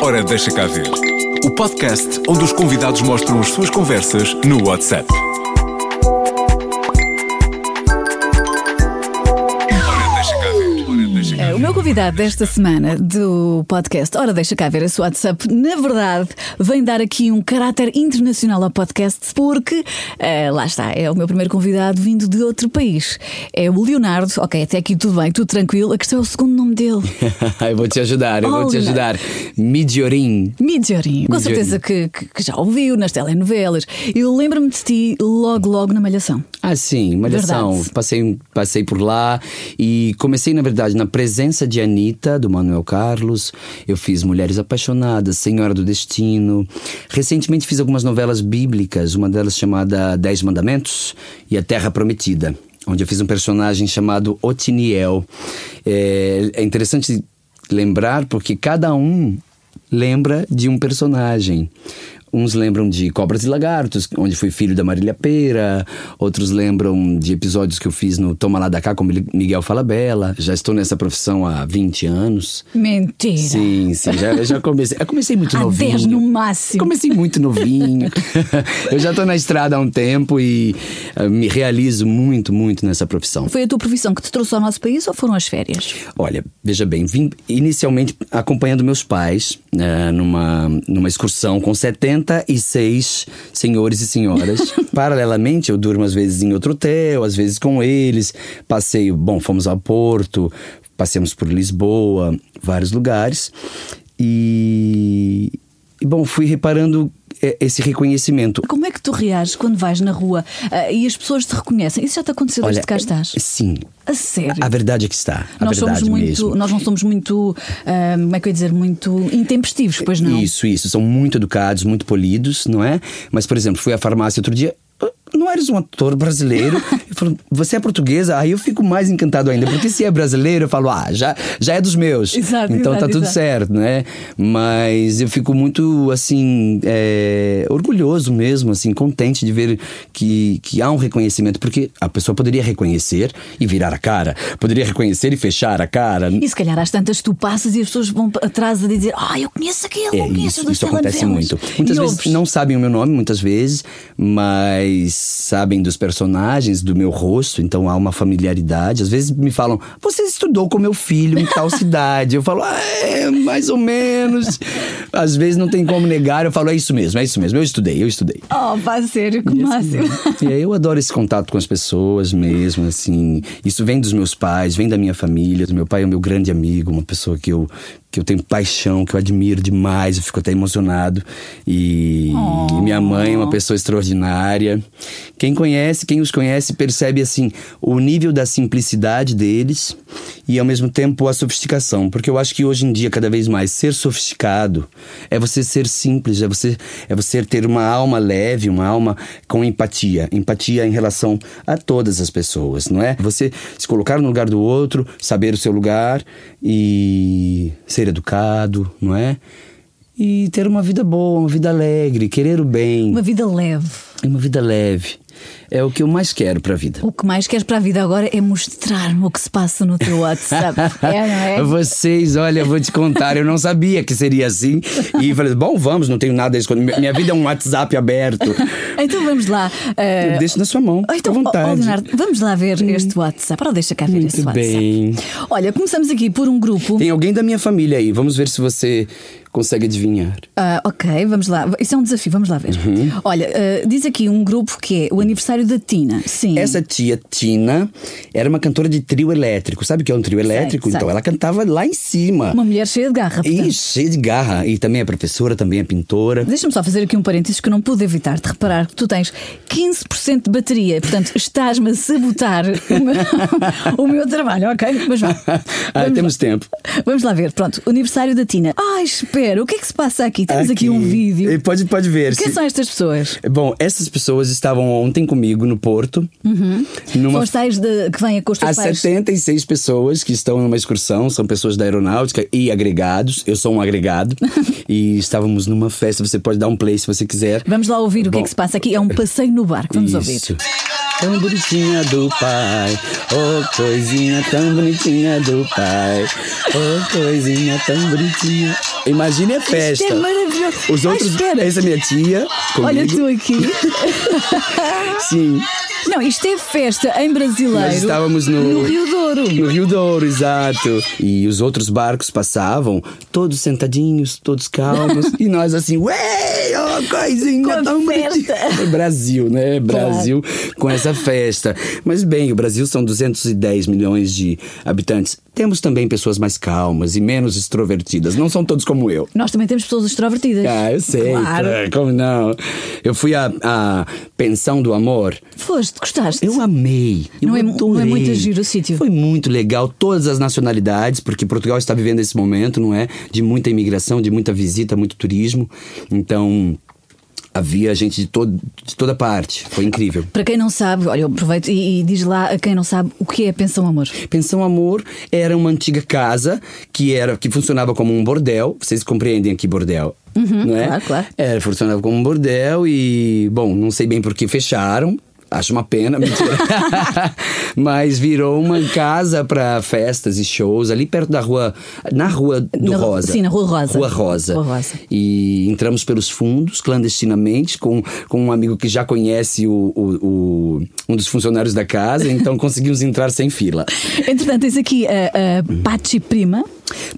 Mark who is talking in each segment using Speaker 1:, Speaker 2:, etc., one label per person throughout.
Speaker 1: Ora, deixa cá ver. O podcast onde os convidados mostram as suas conversas no WhatsApp. Ora, deixa cá ver. Ora, deixa cá
Speaker 2: Eh, O meu convidado desta semana do podcast Ora Deixa Cá Ver a sua WhatsApp, na verdade, vem dar aqui um caráter internacional ao podcast, porque eh, lá está, é o meu primeiro convidado vindo de outro país. É o Leonardo, ok, até aqui tudo bem, tudo tranquilo, a questão é o segundo nome dele,
Speaker 3: eu vou te ajudar, eu vou te
Speaker 2: Olha.
Speaker 3: ajudar. Midiorim.
Speaker 2: Midiorinho. Com
Speaker 3: Midiorinho.
Speaker 2: certeza que, que- que já ouviu nas telenovelas. Eu lembro-me de ti logo, logo na Malhação.
Speaker 3: Ah, sim, Malhação.
Speaker 2: Verdade.
Speaker 3: Passei, passei por lá e comecei, na verdade, na presença de Anitta, do Manuel Carlos. Eu fiz Mulheres Apaixonadas, Senhora do Destino. Recentemente fiz algumas novelas bíblicas, uma delas chamada Dez Mandamentos e A Terra Prometida, onde eu fiz um personagem chamado Otiniel. É, é interessante lembrar porque cada um lembra de um personagem. Uns lembram de Cobras e Lagartos, onde fui filho da Marília Pera. Outros lembram de episódios que eu fiz no Toma Lá da Cá com Mil- Miguel Falabella. Já estou nessa profissão há 20 anos.
Speaker 2: Mentira!
Speaker 3: Sim, um- sim, já, eu já comecei. Eu comecei muito
Speaker 2: Há
Speaker 3: novinho.
Speaker 2: 10 no máximo.
Speaker 3: Comecei muito novinho. eu já estou na estrada há um tempo e eh, me realizo muito, muito nessa profissão.
Speaker 2: Foi a tua profissão que te trouxe ao nosso país ou foram as férias?
Speaker 3: Olha, veja bem, vim inicialmente acompanhando meus pais eh, numa, numa excursão com 76 senhores e senhoras. Paralelamente, eu durmo às vezes em outro hotel, às vezes com eles. Passeio, bom, fomos ao Porto, passeamos por Lisboa, vários lugares. E, e bom, fui reparando eh, esse reconhecimento.
Speaker 2: Como é que tu reages quando vais na rua ah, e as pessoas te reconhecem? Isso já te aconteceu desde que cá estás?
Speaker 3: Sim,
Speaker 2: A sério.
Speaker 3: a verdade é que está. A
Speaker 2: nós, somos
Speaker 3: verdade
Speaker 2: muito,
Speaker 3: mesmo.
Speaker 2: nós não somos muito, ah, como é que eu ia dizer, muito intempestivos, pois não?
Speaker 3: Isso, isso. São muito educados, muito polidos, não é? Mas, por exemplo, fui à farmácia outro dia. "Ah, Não eres um ator brasileiro? Eu falo, você é portuguesa? Aí eu fico mais encantado ainda, porque se é brasileiro, eu falo, ah, já, já é dos meus.
Speaker 2: Exato,
Speaker 3: então
Speaker 2: exato,
Speaker 3: tá tudo
Speaker 2: exato.
Speaker 3: certo, né? Mas eu fico muito, assim, é, orgulhoso mesmo, assim, contente de ver que, que há um reconhecimento, porque a pessoa poderia reconhecer e virar a cara, poderia reconhecer e fechar a cara.
Speaker 2: E se calhar às tantas tu passas e as pessoas vão pa- atrás a dizer Ah, eu conheço aquele, eu
Speaker 3: É,
Speaker 2: conheço
Speaker 3: isso,
Speaker 2: das
Speaker 3: isso acontece
Speaker 2: telenovelas."
Speaker 3: muito. Muitas
Speaker 2: E
Speaker 3: vezes
Speaker 2: ouves.
Speaker 3: não sabem o meu nome, muitas vezes, mas sabem dos personagens, do meu rosto, então há uma familiaridade. Às vezes me falam, você estudou com meu filho em tal cidade. Eu falo, ah, é, mais ou menos. Às vezes não tem como negar, eu falo, é isso mesmo, é isso mesmo. Eu estudei, eu estudei.
Speaker 2: Oh, pá, sério, que máximo.
Speaker 3: E aí eu adoro esse contato com as pessoas mesmo, assim. Isso vem dos meus pais, vem da minha família. Meu pai é o meu grande amigo, uma pessoa que eu, que eu tenho paixão, que eu admiro demais, eu fico até emocionado. E, e minha mãe é uma pessoa extraordinária. Quem conhece, quem os conhece, percebe assim o nível da simplicidade deles e ao mesmo tempo a sofisticação, porque eu acho que hoje em dia cada vez mais ser sofisticado é você ser simples, é você é você ter uma alma leve, uma alma com empatia, empatia em relação a todas as pessoas, não é? Você se colocar no lugar do outro, saber o seu lugar e ser educado, não é? E ter uma vida boa, uma vida alegre, querer o bem,
Speaker 2: Uma vida leve.
Speaker 3: e uma vida leve. É o que eu mais quero para a vida.
Speaker 2: O que mais queres para a vida agora é mostrar-me o que se passa no teu WhatsApp. é, não é?
Speaker 3: Vocês, olha, eu vou te contar, eu não sabia que seria assim. E falei, bom, vamos, não tenho nada a esconder. Minha minha vida é um WhatsApp aberto.
Speaker 2: Então vamos lá. ah,
Speaker 3: Eu deixo na sua mão.
Speaker 2: Ah, Então, ó,
Speaker 3: fica à
Speaker 2: ó,
Speaker 3: vontade. Hum.
Speaker 2: Leonardo, vamos lá ver este WhatsApp. Ora, deixa cá ver
Speaker 3: Muito
Speaker 2: este WhatsApp.
Speaker 3: bem.
Speaker 2: Olha, começamos aqui por um grupo.
Speaker 3: Tem alguém da minha família aí, vamos ver se você consegue adivinhar.
Speaker 2: Ah, ok, vamos lá. Isso é um desafio, vamos lá ver.
Speaker 3: Uhum.
Speaker 2: Olha, ah, diz aqui um grupo que é o aniversário da Tina. Sim.
Speaker 3: Essa tia Tina era uma cantora de trio elétrico. Sabe o que é um trio elétrico?
Speaker 2: sei.
Speaker 3: Então ela cantava lá em cima.
Speaker 2: Uma mulher cheia de garra. portanto.
Speaker 3: E cheia de garra. E também é professora, também é pintora.
Speaker 2: Deixa-me só fazer aqui um parênteses que eu não pude evitar de reparar que tu tens 15% de bateria, portanto estás-me a sabotar o meu, o meu trabalho, ok? Mas vá.
Speaker 3: Ah,
Speaker 2: Vamos
Speaker 3: temos tempo.
Speaker 2: Vamos lá ver, pronto, aniversário da Tina. Ai, espera, o que é que se passa aqui? Temos aqui, um
Speaker 3: E
Speaker 2: vídeo.
Speaker 3: Pode, pode ver.
Speaker 2: Quem
Speaker 3: se-
Speaker 2: são estas pessoas?
Speaker 3: Bom, essas pessoas estavam ontem comigo no Porto.
Speaker 2: Uhum. São
Speaker 3: Numa...
Speaker 2: os tais de, que vêm com os
Speaker 3: Há
Speaker 2: teus pais.
Speaker 3: 76 pessoas que estão numa excursão, são pessoas da aeronáutica e agregados. Eu sou um agregado. e estávamos numa festa, você pode dar um play se você quiser.
Speaker 2: Vamos lá ouvir o que é que se passa aqui. É um passeio no barco. Vamos
Speaker 3: Isso.
Speaker 2: ouvir.
Speaker 4: Tina,
Speaker 3: tão bonitinha do pai. Oh, coisinha tão bonitinha do pai. Oh, coisinha tão bonitinha. Imagine a festa.
Speaker 2: Isto é maravilhoso.
Speaker 3: Os
Speaker 2: Ai,
Speaker 3: outros.
Speaker 2: Ah, espera.
Speaker 3: Essa é minha tia. Comigo.
Speaker 2: Olha tu aqui.
Speaker 3: Sim.
Speaker 2: Não, isto é festa em brasileiro.
Speaker 3: Nós estávamos no-
Speaker 2: Rio Douro.
Speaker 3: No Rio Douro, exato. E os outros barcos passavam, todos sentadinhos, todos calmos. e nós assim, ué, oh, coisinha
Speaker 2: Com a
Speaker 3: tão bonitinha."
Speaker 2: festa.
Speaker 3: É Brasil, né? Brasil com essa festa. Mas bem, o Brasil são 210 milhões de habitantes. Temos também pessoas mais calmas e menos extrovertidas. Não são todos como eu.
Speaker 2: Nós também temos pessoas extrovertidas.
Speaker 3: Ah, eu sei.
Speaker 2: Claro.
Speaker 3: pá, Como não? Eu fui à, à Pensão do Amor.
Speaker 2: Foste, gostaste?
Speaker 3: Eu amei. Eu
Speaker 2: Não é- não é
Speaker 3: adorei.
Speaker 2: muito giro o sítio?
Speaker 3: Foi muito legal. Todas as nacionalidades, porque Portugal está vivendo esse momento, não é? De muita imigração, de muita visita, muito turismo. Então. Havia gente de, todo, de toda parte. Foi incrível.
Speaker 2: Para quem não sabe, olha, eu aproveito e, e diz lá a quem não sabe o que é pensão amor.
Speaker 3: Pensão Amor era uma antiga casa que era que funcionava como um bordel. Vocês compreendem aqui bordel, não é?
Speaker 2: Uhum, claro, claro.
Speaker 3: É, funcionava como um bordel e bom, não sei bem por que fecharam. Acho uma pena, mentira. Mas virou uma casa para festas e shows ali perto da rua, na rua do
Speaker 2: Na ru-
Speaker 3: Rosa.
Speaker 2: sim, na Rua Rosa.
Speaker 3: Rua Rosa.
Speaker 2: Rua Rosa.
Speaker 3: E entramos pelos fundos clandestinamente com, com um amigo que já conhece o- o- o, um dos funcionários da casa, então conseguimos entrar sem fila.
Speaker 2: Entretanto, tens aqui a, a Pachi Prima,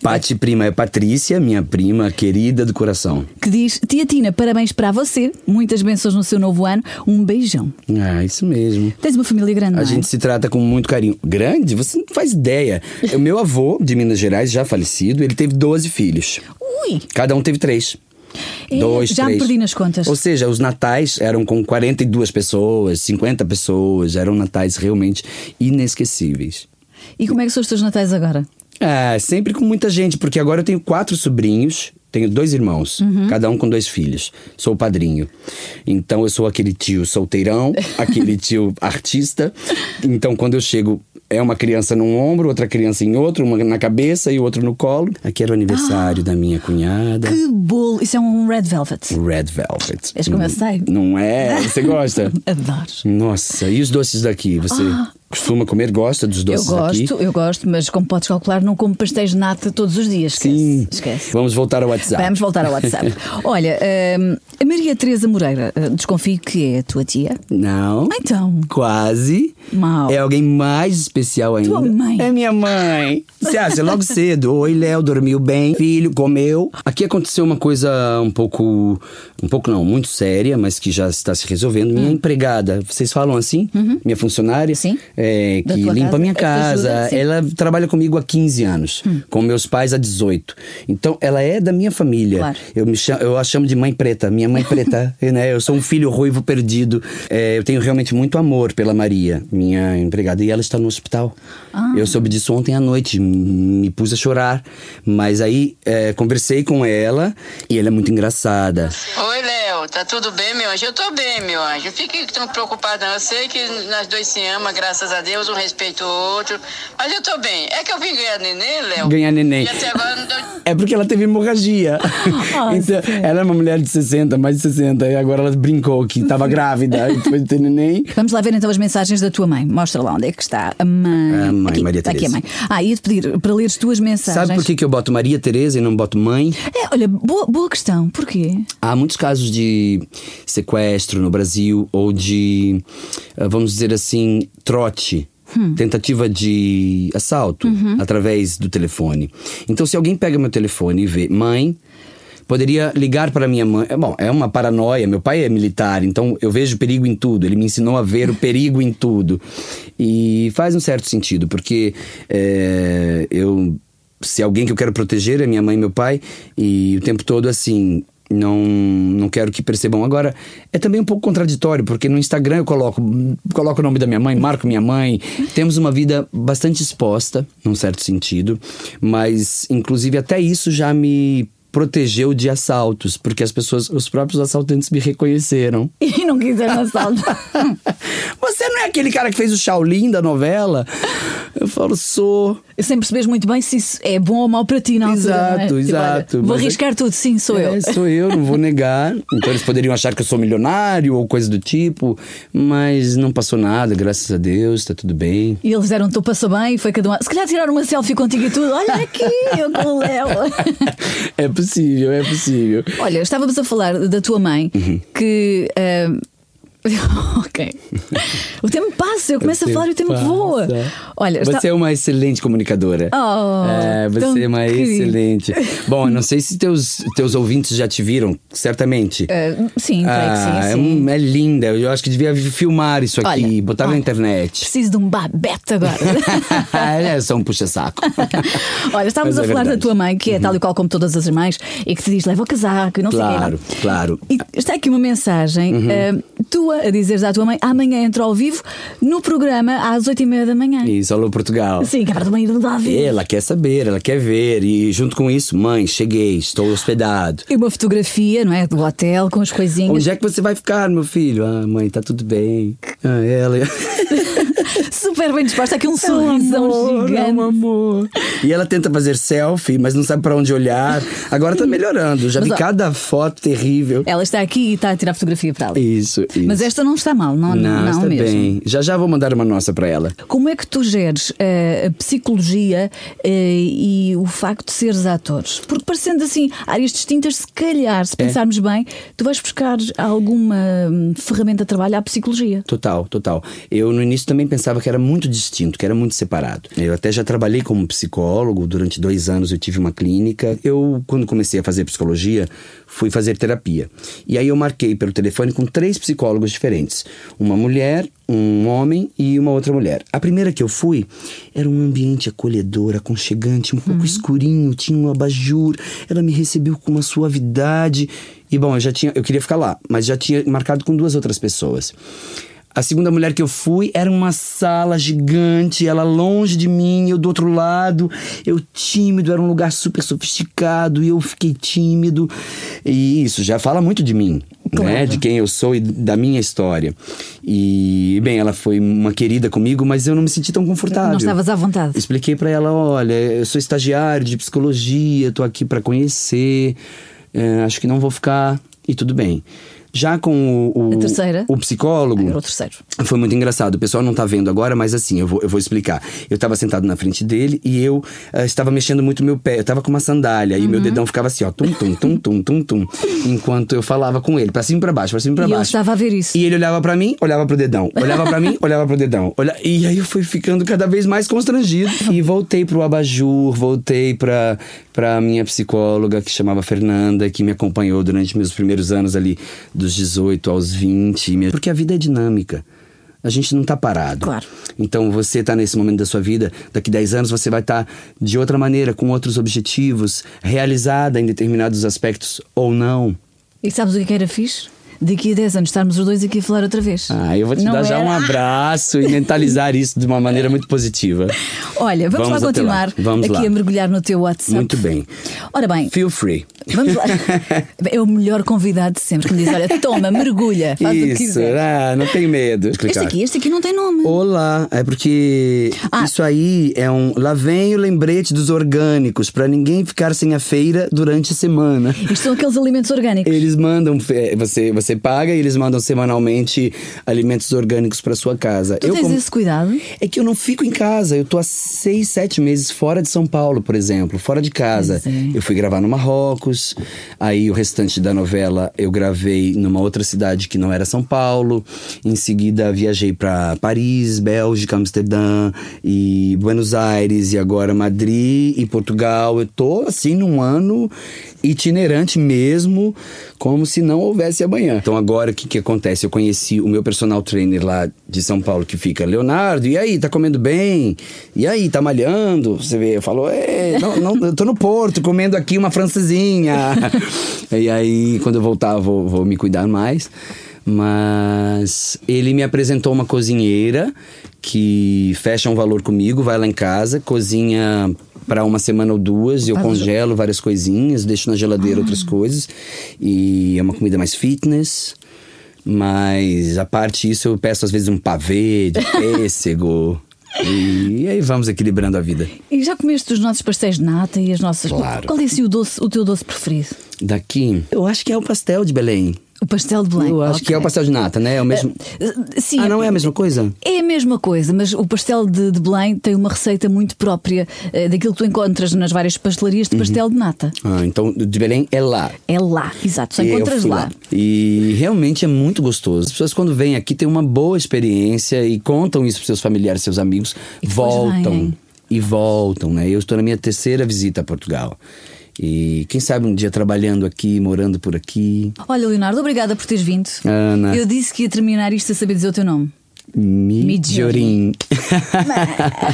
Speaker 3: Pati prima é Patrícia, minha prima querida do coração.
Speaker 2: que diz: Tia Tina, parabéns para você, muitas bênçãos no seu novo ano, um beijão.
Speaker 3: Ah, isso mesmo.
Speaker 2: Tens uma família grande, não
Speaker 3: A
Speaker 2: é?
Speaker 3: gente se trata com muito carinho. Grande? Você não faz ideia. O meu avô, de Minas Gerais, já falecido, ele teve 12 filhos.
Speaker 2: Ui!
Speaker 3: Cada um teve três.
Speaker 2: É,
Speaker 3: Dois,
Speaker 2: já
Speaker 3: três.
Speaker 2: perdi nas contas.
Speaker 3: Ou seja, os natais eram com 42 pessoas, 50 pessoas. Eram natais realmente inesquecíveis.
Speaker 2: E como é que são os teus natais agora?
Speaker 3: É, sempre com muita gente, porque agora eu tenho quatro sobrinhos, tenho dois irmãos,
Speaker 2: Uhum.
Speaker 3: cada um com dois filhos. Sou o padrinho. Então eu sou aquele tio solteirão, aquele tio artista. Então quando eu chego, é uma criança num ombro, outra criança em outro, uma na cabeça e outro no colo. Aqui era o
Speaker 2: Ah.
Speaker 3: aniversário da minha cunhada.
Speaker 2: Que bolo! Isso é um red velvet.
Speaker 3: Red Velvet.
Speaker 2: És como eu sei.
Speaker 3: Não é? Você gosta?
Speaker 2: Adoro.
Speaker 3: Nossa, e os doces daqui? Você costuma comer? Gosta
Speaker 2: Ah.
Speaker 3: dos
Speaker 2: Eu
Speaker 3: doces daqui?
Speaker 2: gosto, eu gosto, mas como podes calcular, não como pastéis de nata todos os dias. Esquece.
Speaker 3: Sim.
Speaker 2: Esquece.
Speaker 3: Vamos voltar ao WhatsApp.
Speaker 2: Vamos voltar ao WhatsApp. Olha, hum, a Maria Teresa Moreira, hum, desconfio que é a tua tia.
Speaker 3: Não.
Speaker 2: Então.
Speaker 3: Quase.
Speaker 2: Mau.
Speaker 3: É alguém mais especial ainda.
Speaker 2: Tua mãe.
Speaker 3: É minha mãe. Você acha? Logo cedo. Oi, Léo, dormiu bem. Filho, comeu. Aqui aconteceu uma coisa um pouco. Um pouco não, muito séria, mas que já está se resolvendo. Minha empregada, vocês falam assim? Minha funcionária?
Speaker 2: Hum. Uhum. Sim.
Speaker 3: É,
Speaker 2: Da
Speaker 3: que
Speaker 2: tua
Speaker 3: limpa
Speaker 2: casa.
Speaker 3: minha
Speaker 2: Que ajuda,
Speaker 3: casa.
Speaker 2: sim.
Speaker 3: ela trabalha comigo há 15 anos,
Speaker 4: Hum.
Speaker 3: com meus pais há 18. Então, ela é da minha família.
Speaker 2: Claro.
Speaker 3: Eu, me chamo, eu a chamo de mãe preta, minha mãe preta, né? Eu sou um filho ruivo perdido. É, eu tenho realmente muito amor pela Maria, minha empregada, e ela está no hospital.
Speaker 4: Ah.
Speaker 3: Eu soube disso ontem à noite, m- me pus a chorar. Mas aí é, conversei com ela e ela é muito engraçada.
Speaker 4: Oi, Léo, tá tudo bem, meu anjo? Eu tô bem, meu anjo. Fique tão preocupada, não. Eu sei que nós dois se amamos, graças a Deus, um respeita o outro. Mas eu tô bem. É que eu vim ganhar neném, Léo.
Speaker 3: Ganhar neném.
Speaker 4: E até agora não deu
Speaker 3: É porque ela teve hemorragia. então, ela é uma mulher de 60, mais de 60, e agora ela brincou que estava grávida e depois de ter neném.
Speaker 2: Vamos lá ver então as mensagens da tua mãe. Mostra lá onde é que está a mãe.
Speaker 3: A mãe,
Speaker 2: aqui,
Speaker 3: Maria
Speaker 2: está aqui a
Speaker 3: Teresa.
Speaker 2: mãe. Ah, ia-te pedir para ler as tuas mensagens.
Speaker 3: Sabe por que, que eu boto Maria Tereza e não boto mãe?
Speaker 2: É, olha, boa, boa questão. Porquê?
Speaker 3: Há muitos casos de sequestro no Brasil ou de, ah, vamos dizer assim, trote. Tentativa de assalto através do telefone. Então, se alguém pega meu telefone e vê, mãe, poderia ligar para minha mãe. É, Bom, é uma paranoia. Meu pai é militar, então eu vejo perigo em tudo. Ele me ensinou a ver o perigo em tudo. E faz um certo sentido, porque eh, eu se alguém que eu quero proteger é minha mãe e meu pai, e o tempo todo assim. Não, não quero que percebam. Agora, é também um pouco contraditório, porque no Instagram eu coloco, coloco o nome da minha mãe, marco minha mãe. Temos uma vida bastante exposta, num certo sentido, mas inclusive até isso já me protegeu de assaltos, porque as pessoas, os próprios assaltantes me reconheceram.
Speaker 2: E não quiseram assaltar.
Speaker 3: Você não é aquele cara que fez o Shaolin da novela? Eu falo, sou.
Speaker 2: Sem perceberes muito bem se isso é bom ou mau para ti, não
Speaker 3: Exato,
Speaker 2: altura, não é? Tipo, olha,
Speaker 3: exato.
Speaker 2: vou
Speaker 3: Mas é-
Speaker 2: arriscar tudo, sim, sou
Speaker 3: É,
Speaker 2: eu.
Speaker 3: sou eu, não vou negar. Então eles poderiam achar que eu sou milionário ou coisa do tipo, mas não passou nada, graças a Deus, tá tudo bem.
Speaker 2: E eles eram tu passou bem, foi cada um. Se calhar tiraram uma selfie contigo e tudo. Olha aqui, eu com o Léo.
Speaker 3: é possível, é possível.
Speaker 2: Olha, estávamos a falar da tua mãe
Speaker 3: Uhum.
Speaker 2: que. ahm, ok. O tempo passa, eu começo a falar e o tempo
Speaker 3: Passa.
Speaker 2: voa. Olha,
Speaker 3: você
Speaker 2: está-
Speaker 3: é uma excelente comunicadora.
Speaker 2: Oh,
Speaker 3: é,
Speaker 2: tão
Speaker 3: você é uma
Speaker 2: querido.
Speaker 3: excelente. Bom, eu não sei se teus, teus ouvintes já te viram, certamente.
Speaker 2: Ah, sim, creio
Speaker 3: Ah,
Speaker 2: que sim.
Speaker 3: é,
Speaker 2: sim.
Speaker 3: um- é linda. Eu acho que devia filmar isso aqui,
Speaker 2: Olha,
Speaker 3: botar
Speaker 2: olha.
Speaker 3: na internet.
Speaker 2: Preciso de um babete agora.
Speaker 3: é só um puxa-saco.
Speaker 2: Olha, estávamos a
Speaker 3: Mas é
Speaker 2: falar da
Speaker 3: verdade. Uhum.
Speaker 2: tua mãe, que é tal e qual como todas as irmãs, e que te diz leva o casaco e não
Speaker 3: Claro,
Speaker 2: sei o quê.
Speaker 3: claro. Uhum.
Speaker 2: E está aqui uma mensagem ah, tua a dizeres à tua mãe: amanhã entro ao vivo no programa às 8 e meia da manhã.
Speaker 3: Isso, alô Portugal.
Speaker 2: Sim, que é para a tua mãe ir ao vivo.
Speaker 3: Ela quer saber, ela quer ver. E junto com isso, mãe, cheguei, estou hospedado.
Speaker 2: E uma fotografia, não é? Do hotel com as coisinhas.
Speaker 3: Onde é que você vai ficar, meu filho? Ah, mãe, tá tudo bem. Ah, ela.
Speaker 2: Super bem disposta, aqui um
Speaker 3: Um É um
Speaker 2: sorrisão
Speaker 3: amor, é um
Speaker 2: gigante.
Speaker 3: amor. E ela tenta fazer selfie, mas não sabe pra onde olhar. Agora tá melhorando. Já
Speaker 2: Mas,
Speaker 3: vi
Speaker 2: ó,
Speaker 3: cada foto terrível.
Speaker 2: Ela está aqui e está a tirar fotografia para ela.
Speaker 3: Isso, isso.
Speaker 2: Mas esta não está mal, não, não,
Speaker 3: Não, é está
Speaker 2: mesmo.
Speaker 3: bem. Já já vou mandar uma nossa pra ela.
Speaker 2: Como é que tu geres eh, a psicologia eh, e o facto de seres atores? Porque parecendo assim áreas distintas, se calhar,
Speaker 3: É.
Speaker 2: se pensarmos bem, tu vais buscar alguma hum, ferramenta de trabalho à psicologia.
Speaker 3: Total, total. Eu no início também pensava que era muito distinto, que era muito separado. Eu até já trabalhei como psicólogo, durante dois anos eu tive uma clínica. Eu, quando comecei a fazer psicologia, fui fazer terapia. E aí eu marquei pelo telefone com três psicólogos diferentes: uma mulher, um homem e uma outra mulher. A primeira que eu fui era um ambiente acolhedor, aconchegante, um pouco escurinho, tinha um abajur. Ela me recebeu com uma suavidade. E bom, eu já tinha, eu queria ficar lá, mas já tinha marcado com duas outras pessoas. A segunda mulher que eu fui era uma sala gigante, ela longe de mim, eu do outro lado, eu tímido, era um lugar super sofisticado e eu fiquei tímido. E isso já fala muito de mim, né?
Speaker 2: Claro.
Speaker 3: De quem eu sou e da minha história. E, bem, ela foi uma querida comigo, mas eu não me senti tão confortável.
Speaker 2: Não estavas à vontade.
Speaker 3: Expliquei pra ela, olha, eu sou estagiário de psicologia, tô aqui pra conhecer, é, acho que não vou ficar e tudo bem. Já com o, o-
Speaker 2: A É terceira?
Speaker 3: o psicólogo,
Speaker 2: Ah, Era o terceiro.
Speaker 3: foi muito engraçado. O pessoal não tá vendo agora, mas assim, eu vou, eu vou explicar. Eu tava sentado na frente dele e eu ah, estava mexendo muito meu pé. Eu tava com uma sandália
Speaker 2: Uhum.
Speaker 3: e meu dedão ficava assim, ó, tum, tum, tum, tum, tum, tum. Enquanto eu falava com ele, pra cima e pra baixo, pra cima e pra
Speaker 2: E eu
Speaker 3: baixo.
Speaker 2: estava a ver isso.
Speaker 3: E ele olhava pra mim, olhava pro dedão. Olhava pra mim, olhava pro dedão. Olha... E aí eu fui ficando cada vez mais constrangido. E voltei pro abajur, voltei pra, pra minha psicóloga, que chamava Fernanda, que me acompanhou durante meus primeiros anos ali, dos 18 aos 20. me- Porque a vida é dinâmica. A gente não tá parado.
Speaker 2: Claro.
Speaker 3: Então você está nesse momento da sua vida, daqui 10 anos você vai estar de outra maneira, com outros objetivos, realizada em determinados aspectos ou não.
Speaker 2: E sabes o que é que era fixe? Daqui a 10 anos estarmos os dois aqui a falar outra vez.
Speaker 3: Ah, eu vou te
Speaker 2: Não
Speaker 3: dar já
Speaker 2: era?
Speaker 3: um abraço e mentalizar isso de uma maneira muito positiva.
Speaker 2: Olha, vamos,
Speaker 3: Vamos
Speaker 2: lá
Speaker 3: até lá.
Speaker 2: continuar
Speaker 3: Vamos
Speaker 2: aqui
Speaker 3: lá.
Speaker 2: a mergulhar no teu WhatsApp.
Speaker 3: Muito bem.
Speaker 2: Ora bem,
Speaker 3: Feel free.
Speaker 2: Vamos lá. É o melhor convidado de sempre que me diz: olha, toma, mergulha, faz o que
Speaker 3: Isso,
Speaker 2: quiser.
Speaker 3: ah, não tem medo.
Speaker 2: Este
Speaker 3: Clicar.
Speaker 2: aqui, este aqui não tem nome.
Speaker 3: Olá, é porque
Speaker 2: Ah.
Speaker 3: isso aí é um. Lá vem o lembrete dos orgânicos, pra ninguém ficar sem a feira durante a semana.
Speaker 2: Isto são aqueles alimentos orgânicos.
Speaker 3: Eles mandam, é, você, você paga e eles mandam semanalmente alimentos orgânicos pra sua casa.
Speaker 2: Tu
Speaker 3: eu
Speaker 2: tens
Speaker 3: como-
Speaker 2: esse cuidado?
Speaker 3: É que eu não fico em casa. Eu tô há seis, sete meses fora de São Paulo, por exemplo, fora de casa.
Speaker 2: Pois é.
Speaker 3: Eu fui gravar no Marrocos, aí o restante da novela eu gravei numa outra cidade que não era São Paulo. Em seguida viajei para Paris, Bélgica, Amsterdã e Buenos Aires e agora Madrid e Portugal. Eu tô assim num ano itinerante mesmo, como se não houvesse amanhã. Então agora o que que acontece? Eu conheci o meu personal trainer lá de São Paulo que fica, Leonardo, e aí, tá comendo bem? E aí, tá malhando? Você vê, eu falo, é, não, não, eu tô no Porto comendo aqui uma francesinha. e aí, quando eu voltar, vou, vou me cuidar mais. Mas ele me apresentou uma cozinheira que fecha um valor comigo, vai lá em casa, cozinha para uma semana ou duas. Eu
Speaker 2: Faz-
Speaker 3: congelo várias coisinhas, deixo na geladeira outras coisas. E é uma comida mais fitness. Mas a parte disso, eu peço às vezes um pavê de pêssego. e aí vamos equilibrando a vida.
Speaker 2: E já comeste os nossos pastéis de nata e as nossas.
Speaker 3: Claro.
Speaker 2: Qual é assim, o, doce, o teu doce preferido?
Speaker 3: Daqui, eu acho que é o pastel de Belém.
Speaker 2: O pastel de Belém.
Speaker 3: Eu acho que é o
Speaker 2: ok.
Speaker 3: pastel de nata, né? É o mesmo.
Speaker 2: Eh, Sim.
Speaker 3: ah, não é a mesma coisa?
Speaker 2: É a mesma coisa, mas o pastel de, de Belém tem uma receita muito própria eh, daquilo que tu encontras nas várias pastelarias
Speaker 3: Uhum.
Speaker 2: de pastel de nata.
Speaker 3: Ah, então o de Belém é lá.
Speaker 2: É lá, exato, só
Speaker 3: E eu
Speaker 2: encontras
Speaker 3: fui
Speaker 2: lá.
Speaker 3: E realmente é muito gostoso. As pessoas, quando vêm aqui, têm uma boa experiência e contam isso para seus familiares, seus amigos,
Speaker 2: E depois
Speaker 3: voltam.
Speaker 2: vêm.
Speaker 3: E voltam, né? Eu estou na minha terceira visita a Portugal. E quem sabe um dia trabalhando aqui, morando por aqui.
Speaker 2: Olha, Leonardo, obrigada por teres vindo.
Speaker 3: Ana.
Speaker 2: Eu disse que ia terminar isto a saber dizer o teu nome. Midjorin.
Speaker 3: Midjorin.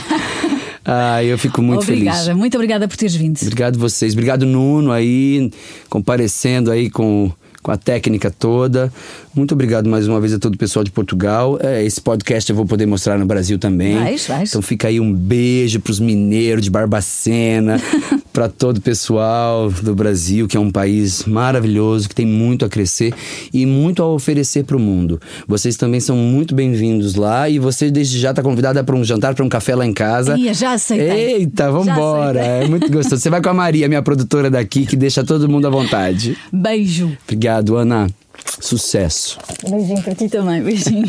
Speaker 3: ah, eu fico muito
Speaker 2: obrigada,
Speaker 3: feliz.
Speaker 2: muito obrigada por teres vindo.
Speaker 3: Obrigado vocês. Obrigado, Nuno, aí, comparecendo aí com, com a técnica toda. Muito obrigado mais uma vez a todo o pessoal de Portugal. É, esse podcast eu vou poder mostrar no Brasil também.
Speaker 2: Vai, vai.
Speaker 3: Então fica aí um beijo pros mineiros de Barbacena, para todo o pessoal do Brasil, que é um país maravilhoso, que tem muito a crescer e muito a oferecer pro mundo. Vocês também são muito bem-vindos lá e você desde já está convidada para um jantar, para um café lá em casa.
Speaker 2: Ih, já aceitei.
Speaker 3: Eita,
Speaker 2: Já
Speaker 3: vambora.
Speaker 2: aceitei.
Speaker 3: É muito gostoso. Você vai com a Maria, minha produtora daqui, que deixa todo mundo à vontade.
Speaker 2: Beijo.
Speaker 3: Obrigado, Ana. Sucesso.
Speaker 2: Beijinho para ti também, beijinho.